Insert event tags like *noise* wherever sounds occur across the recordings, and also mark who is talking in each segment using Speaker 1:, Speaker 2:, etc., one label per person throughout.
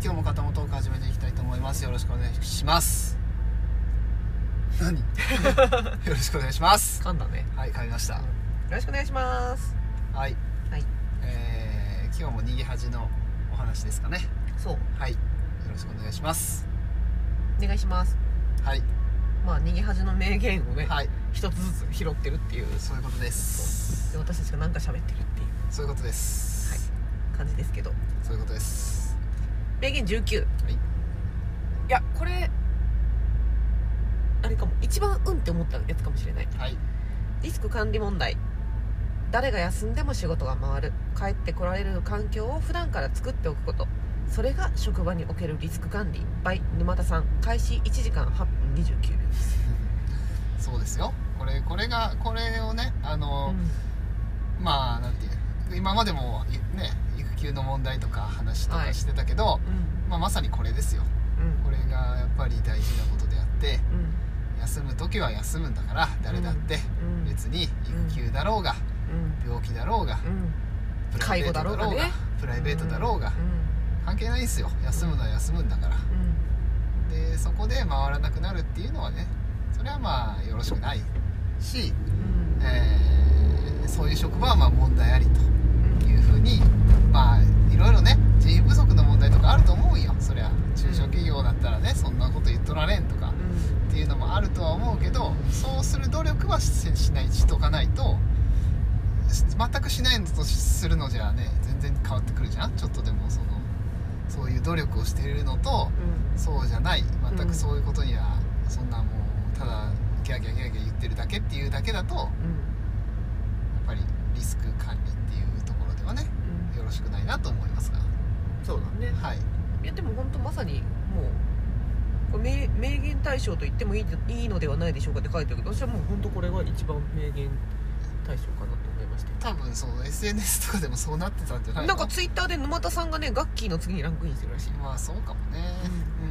Speaker 1: 今日も方もトーク始めていきたいと思いますよろしくお願いします何 *laughs* よろしくお願いします
Speaker 2: 噛んだね
Speaker 1: はい帰りました
Speaker 2: よろしくお願いします
Speaker 1: はい
Speaker 2: はい
Speaker 1: えー今日も逃げ恥のお話ですかね
Speaker 2: そう
Speaker 1: はいよろしくお願いします
Speaker 2: お願いします
Speaker 1: はい
Speaker 2: まあ逃げ恥の名言をね
Speaker 1: はい
Speaker 2: 一、つずつ拾ってるっていう
Speaker 1: そういうことです
Speaker 2: で私たちが何か喋ってるっていう
Speaker 1: そういうことです、
Speaker 2: 感じですけど
Speaker 1: そういうことです
Speaker 2: 名言19、
Speaker 1: はい
Speaker 2: いやこれあれかも一番うんって思ったやつかもしれない
Speaker 1: はい
Speaker 2: リスク管理問題誰が休んでも仕事が回る帰ってこられる環境を普段から作っておくことそれが職場におけるリスク管理 by 沼田さん開始1時間8分29秒です、
Speaker 1: そうですよこれこれがこれをねあの、まあなんていう今までもいね育休の問題とか話と
Speaker 2: は
Speaker 1: か
Speaker 2: い
Speaker 1: してたけど、まあ、まさにこれですよこれがやっぱり大事なことであって
Speaker 2: うんうんうん
Speaker 1: 休む時は休むんだから誰だって、
Speaker 2: うん
Speaker 1: 別に育休だろうが病気だろうが
Speaker 2: うんうん
Speaker 1: プライベートだろうが
Speaker 2: 介護だろうがね
Speaker 1: プライベートだろうが、関係ないですよ休むのは休むんだから
Speaker 2: うんうん
Speaker 1: でそこで回らなくなるっていうのはねそれはまあよろしくないし、
Speaker 2: うん
Speaker 1: えーそういう職場はまあ問題ありと
Speaker 2: うん
Speaker 1: いうふうにまあいろいろね人員不足の問題とかあると思うよそりゃ中小企業だったらねそんなこと言っとられんとかっていうのもあるとは思うけどそうする努力はししないしとかないとし全くしないのとするのじゃね全然変わってくるじゃんちょっとでもそのそういう努力をしているのと
Speaker 2: うん
Speaker 1: そうじゃない全くそういうことにはそんなもうただギャーギャーギャーギャー言ってるだけっていうだけだとやっ
Speaker 2: うん
Speaker 1: ぱりリスク管理っていうところではねよろしくないなと思いますが
Speaker 2: そうだね
Speaker 1: はい
Speaker 2: いやでも本当まさにもうこれ名名言大賞と言ってもいいいいのではないでしょうかって書いてあるけど私はもう本当これが一番名言大賞かなと思いましたよ
Speaker 1: 多分その SNS とかでもそうなってたんじゃない
Speaker 2: な
Speaker 1: の
Speaker 2: んかツイッターで沼田さんがねガッキーの次にランクインしてるらしい、
Speaker 1: まあそうかもねう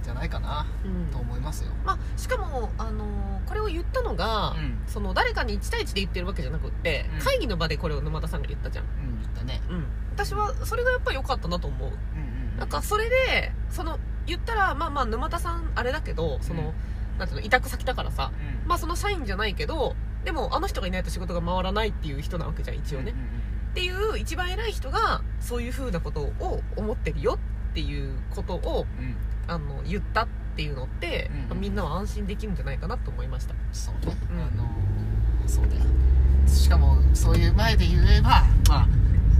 Speaker 1: んじゃないかなと思いますよ
Speaker 2: まあ、しかも、あのーこれを言ったのが、
Speaker 1: うん
Speaker 2: その誰かに1対1で言ってるわけじゃなくって、
Speaker 1: うん
Speaker 2: 会議の場でこれを沼田さんが言ったじゃん、
Speaker 1: うん言ったね
Speaker 2: うん、私はそれがやっぱ良かったなと思う
Speaker 1: うん
Speaker 2: なんかそれでその言ったらまあまあ沼田さんあれだけどその、なんていうの委託先だからさ、
Speaker 1: うん
Speaker 2: まあその社員じゃないけどでもあの人がいないと仕事が回らないっていう人なわけじゃん一応ね、っていう一番偉い人がそういう風なことを思ってるよっていうことを
Speaker 1: うんうん
Speaker 2: あの言ったっていうのって、
Speaker 1: うん
Speaker 2: まあみんなは安心できるんじゃないかなと思いました
Speaker 1: そうね、
Speaker 2: うん
Speaker 1: あのそうだよしかもそういう前で言えばまあ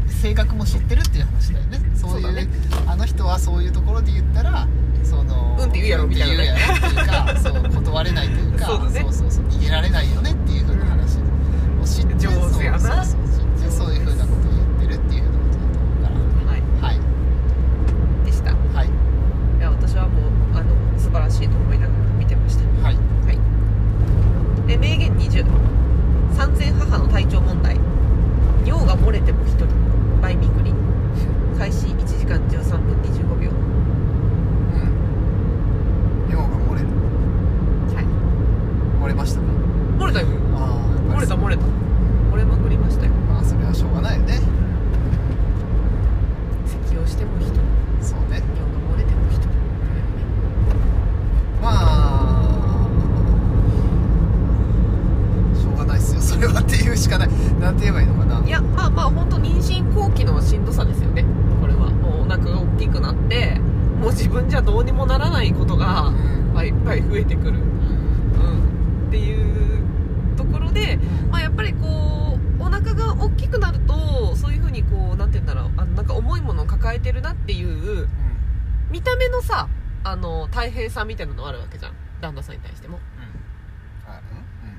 Speaker 1: 性格も知ってるっていう話だよねそういう
Speaker 2: そうだね
Speaker 1: あの人はそういうところで言ったらその
Speaker 2: うんって言うやろみたいなね
Speaker 1: うんって言うやろって
Speaker 2: *laughs*
Speaker 1: いうかそう断れないというか
Speaker 2: そうだね
Speaker 1: そうそうそう逃げられないよねっていうふうな話を知って
Speaker 2: 上手やな
Speaker 1: そうそうそう知ってそういうふうなことを言ってるっていうふうなことだと思うか
Speaker 2: はい
Speaker 1: らはい
Speaker 2: でしたい
Speaker 1: はい
Speaker 2: や私はもうあの素晴らしいと思いながら見てました
Speaker 1: はい
Speaker 2: で名言20産前母の体調問題尿が漏れても一人バイミクリ開始1時間13分25秒
Speaker 1: うん量が漏れる
Speaker 2: はい
Speaker 1: 漏れましたか
Speaker 2: 漏れたよ
Speaker 1: ああ
Speaker 2: 漏れた漏れた漏れまくりましたよ
Speaker 1: まあそれはしょうがないよね
Speaker 2: 咳をしても人尿
Speaker 1: そうね
Speaker 2: が漏れても人
Speaker 1: まあしょうがないっすよそれはっていうしかないなんて言えばいいのかない
Speaker 2: やまあまあ本当妊娠後期のしんどさですよねこれはもうお腹が大きくなってもう自分じゃどうにもならないことが
Speaker 1: うん
Speaker 2: まあいっぱい増えてくる、うん、っていうところでまあ、やっぱりこうお腹が大きくなるとそういうふうにこうなんて言うんだろうあのなんか重いものを抱えてるなっていう見た目のさあの大変さみたいなのあるわけじゃん旦那さんに対しても
Speaker 1: あうんう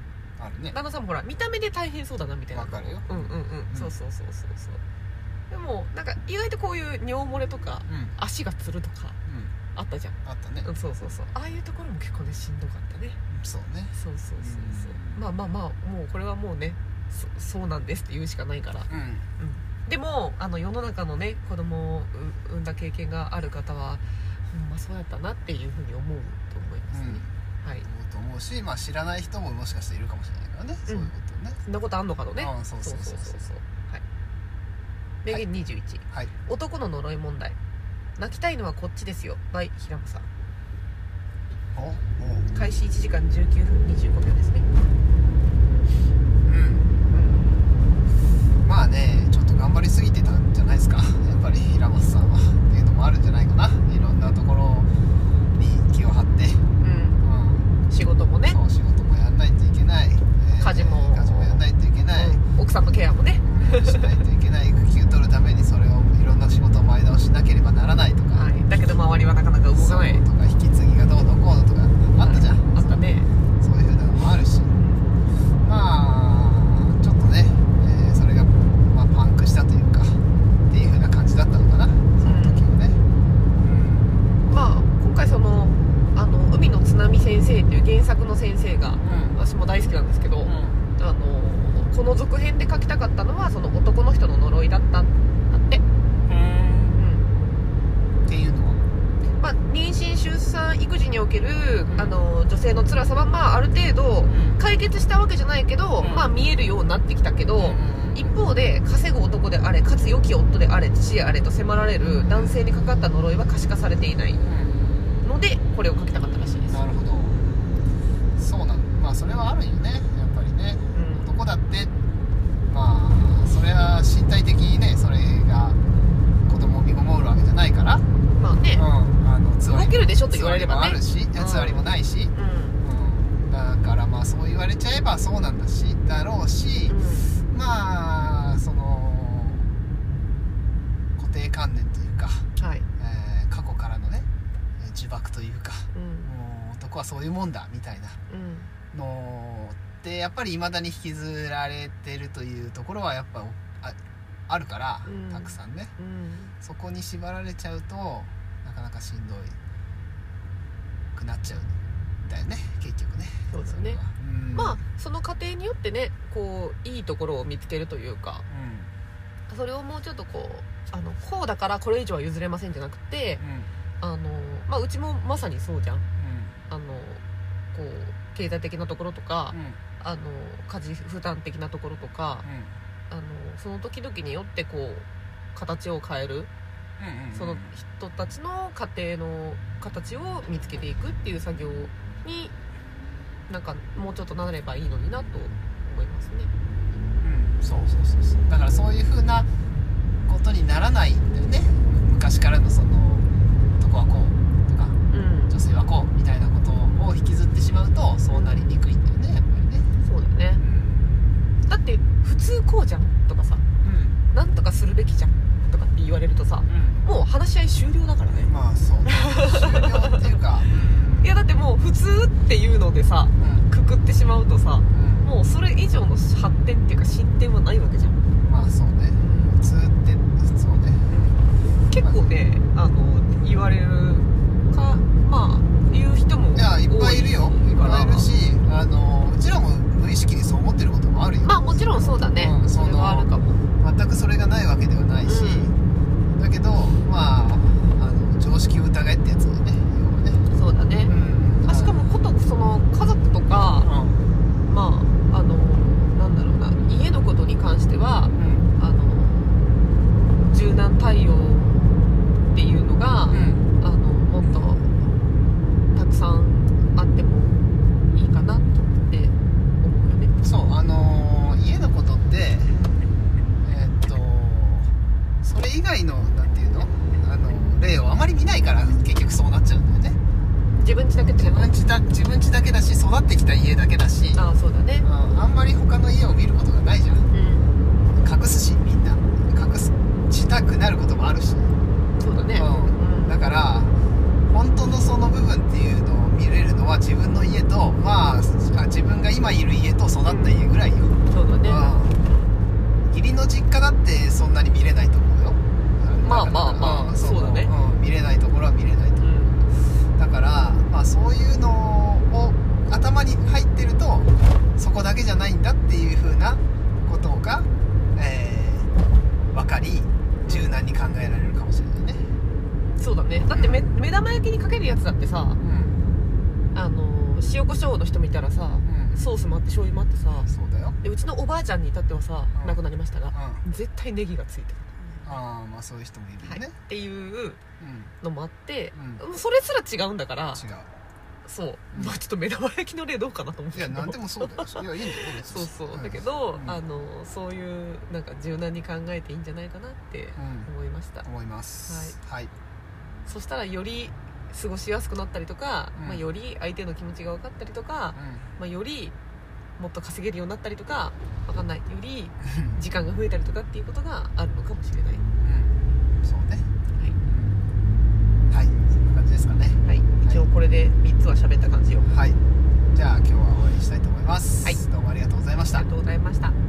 Speaker 1: んあるね
Speaker 2: 旦那さんもほら見た目で大変そうだなみたいな
Speaker 1: わかるよ
Speaker 2: うんうんうん、
Speaker 1: うん
Speaker 2: そうそうそうそうそうでもなんか意外とこういう尿漏れとか
Speaker 1: うんうん
Speaker 2: 足がつるとかあったじゃん、
Speaker 1: あったね
Speaker 2: うん、そうそうそうああいうところも結構ねしんどかったね
Speaker 1: そうね
Speaker 2: そうそうそうそう、
Speaker 1: うん
Speaker 2: まあまあまあもうこれはもうねそそうなんですって言うしかないから
Speaker 1: うん
Speaker 2: でもあの世の中のね子供をう産んだ経験がある方はほんまそうやったなっていうふうに思うと思いますね、はい
Speaker 1: 思うと思うしまあ知らない人ももしかしているかもしれないからねそういうことね
Speaker 2: そんなことあんのかとね
Speaker 1: うんそうそうそうそう
Speaker 2: そうはい名言21、
Speaker 1: はい
Speaker 2: 男の呪い問題泣きたいのはこっちですよ by 平間さん
Speaker 1: おお
Speaker 2: 開始1時間19分25秒ですね
Speaker 1: うん
Speaker 2: うん
Speaker 1: まあねちょっと頑張りすぎてたんじゃないですかや *laughs* っぱり平松さんはっていうのもあるんじゃないかないろんなところに気を張って、
Speaker 2: うん
Speaker 1: う
Speaker 2: 仕事も
Speaker 1: ん、
Speaker 2: ね
Speaker 1: そう仕事もやんないといけない、えー
Speaker 2: 家事も
Speaker 1: 家事もやんないといけない、
Speaker 2: うん奥さんのケアもね
Speaker 1: うんしないといけ
Speaker 2: *laughs*
Speaker 1: ない育休取るためにそれをいろんな仕事を前倒ししなければならないとか、
Speaker 2: はいだけど周りはなかなか動かない
Speaker 1: そうとか引き継ぎがどうのこうのとかあったじゃん、
Speaker 2: あったね
Speaker 1: そういうふうなのもあるしまあちょっとね、えーそれが、まあ、パンクしたというかっていうふうな感じだったのかなその時はね
Speaker 2: まあ今回その「あの海の津波先生」っていう原作の先生が
Speaker 1: う
Speaker 2: 私も大好きなんですけど、
Speaker 1: んうん
Speaker 2: あのこの続編で書きたかったのはその男の人の呪いだったんだって、
Speaker 1: うんっていうのは
Speaker 2: まあ、妊娠出産育児における、
Speaker 1: うん
Speaker 2: あの女性の辛さは、まあ、ある程度解決したわけじゃないけど、
Speaker 1: うん
Speaker 2: まあ、見えるようになってきたけど、
Speaker 1: うん
Speaker 2: 一方で稼ぐ男であれかつ良き夫であれ父であれと迫られる男性にかかった呪いは可視化されていないのでこれを書きたかったらしいです、
Speaker 1: なるほどそうなんまあそれはあるよねやっぱりね
Speaker 2: うん
Speaker 1: 男だってまあそれは身体的にねそれが子供を見守るわけじゃないから、う
Speaker 2: まあね、
Speaker 1: ん、あのつわり
Speaker 2: 動けるでしょって言われればね
Speaker 1: つりもあるしいや
Speaker 2: うん
Speaker 1: つわりもないし、
Speaker 2: うん
Speaker 1: うん、だからまあそう言われちゃえばそうなんだしだろうし
Speaker 2: う、ん
Speaker 1: まあその固定観念というか、
Speaker 2: はい、
Speaker 1: えー過去からのねえー呪縛というか
Speaker 2: うん
Speaker 1: もう男はそういうもんだみたいな
Speaker 2: うん
Speaker 1: のってやっぱり未だに引きずられてるというところはやっぱああるから、
Speaker 2: うん
Speaker 1: たくさんね
Speaker 2: うん
Speaker 1: そこに縛られちゃうとなかなかしんどいくなっちゃうんだよね結局ね
Speaker 2: そうですね
Speaker 1: れはうん
Speaker 2: まあその過程によってねこういいところを見つけるというかそれをもうちょっとこうあのこうだからこれ以上は譲れませんじゃなくて
Speaker 1: うんうん
Speaker 2: あの、まあ、うちもまさにそうじゃん
Speaker 1: うん
Speaker 2: あのこう経済的なところとか、
Speaker 1: うん
Speaker 2: あの家事負担的なところとか、あのその時々によってこう形を変える
Speaker 1: うんうん
Speaker 2: その人たちの家庭の形を見つけていくっていう作業になんかもうちょっとなればいいのになと思いますね。
Speaker 1: うんそうそうそうそうだからそういうふうなことにならないんだよね昔からのその男はこうとか
Speaker 2: うん
Speaker 1: 女性はこうみたいなことを引きずってしまうとそうなりにくいんだよねやっぱりね
Speaker 2: そうだよねだって普通こうじゃんとかさ
Speaker 1: うん
Speaker 2: なんとかするべきじゃんとかって言われるとさ
Speaker 1: うん
Speaker 2: もう話し合い終了だからね
Speaker 1: まあそうね終了っていうか
Speaker 2: いやだってもう普通っていうのでさ
Speaker 1: うん
Speaker 2: くくってしまうとさ
Speaker 1: うん
Speaker 2: もうそれ以上の発展っていうか進展はないわけじゃん
Speaker 1: まあそうね普通ってそうね
Speaker 2: 結構ねあの言われるかまあ言う人も
Speaker 1: いやいっぱいいるよ
Speaker 2: 多
Speaker 1: いっ
Speaker 2: か
Speaker 1: ぱ
Speaker 2: ら
Speaker 1: いいるしあのうちらも無意識にそう思ってることもあるよ
Speaker 2: まあもちろんそうだね、
Speaker 1: うん
Speaker 2: そ
Speaker 1: その
Speaker 2: れはあるかも
Speaker 1: 全くそれがないわけではないし、だけどまああの常識を疑えってやつだよね要はね、
Speaker 2: そうだね、
Speaker 1: ん
Speaker 2: まあ、しかもことその家族とか
Speaker 1: うん
Speaker 2: まああのなんだろうな家のことに関しては
Speaker 1: うん
Speaker 2: あの柔軟対応っていうのが、
Speaker 1: うん
Speaker 2: あのもっとたくさんあってもいいかなって思うよね
Speaker 1: そうあのー家のことってえーっとそれ以外のなんていうのあの例をあまり見ないから結局そうなっちゃうんだよね
Speaker 2: 自分ちだけって
Speaker 1: 自分ちだ自分ちだけだし育ってきた家だけだし
Speaker 2: ああそうだね
Speaker 1: うんあんまり他の家を見ることがないじゃん
Speaker 2: うん
Speaker 1: 隠すしみんな隠すしたくなることもあるし
Speaker 2: そうだね
Speaker 1: うん、だから本当のその部分っていうのを見れるのは自分の家とまああ自分が今いる家と育った家ぐらいよ、うん
Speaker 2: そうだね
Speaker 1: 義理の実家だってそんなに見れないと思うよ
Speaker 2: まあまあまあ
Speaker 1: ん
Speaker 2: そうだね
Speaker 1: うん見れないところは見れないと
Speaker 2: うん
Speaker 1: だから、まあ、そういうのを頭に入ってるとそこだけじゃないんだっていうふうなことが、えー分かり柔軟に考えられるかもしれないね、
Speaker 2: そうだねだってめ目玉焼きにかけるやつだってさあの塩コショウの人見たらさ
Speaker 1: うん
Speaker 2: ソースもあって醤油もあってさ
Speaker 1: そうだよ
Speaker 2: でうちのおばあちゃんに至ってはさ
Speaker 1: うん
Speaker 2: 亡くなりましたが
Speaker 1: うん
Speaker 2: 絶対ネギがついてる
Speaker 1: あああまあそういう人もいるよ
Speaker 2: はい、っ
Speaker 1: ね、
Speaker 2: ていうのもあって、
Speaker 1: う
Speaker 2: もうそれすら違うんだか
Speaker 1: う
Speaker 2: ら
Speaker 1: ん違う
Speaker 2: そう、
Speaker 1: うん
Speaker 2: まあ、ちょっと目玉焼きの例どうかなと思っ
Speaker 1: い
Speaker 2: て
Speaker 1: や何でもそうだよいやいいんだよ別
Speaker 2: そ
Speaker 1: に
Speaker 2: うそうだけど、
Speaker 1: うん
Speaker 2: あのそういうなんか柔軟に考えていいんじゃないかなって
Speaker 1: うん
Speaker 2: 思いました、
Speaker 1: 思いますはい、
Speaker 2: そしたらより過ごしやすくなったりとか、
Speaker 1: うん
Speaker 2: まあ、より相手の気持ちが分かったりとか、まあ、よりもっと稼げるようになったりとか分かんないより
Speaker 1: うん
Speaker 2: 時間が増えたりとかっていうことがあるのかもしれない、
Speaker 1: うんそうねはいそんな感じですかね
Speaker 2: はい一応これで3つは喋った感じよ
Speaker 1: はいじゃあ今日は終わりにしたいと思います、
Speaker 2: はい
Speaker 1: どうもありがとうございました
Speaker 2: ありがとうございました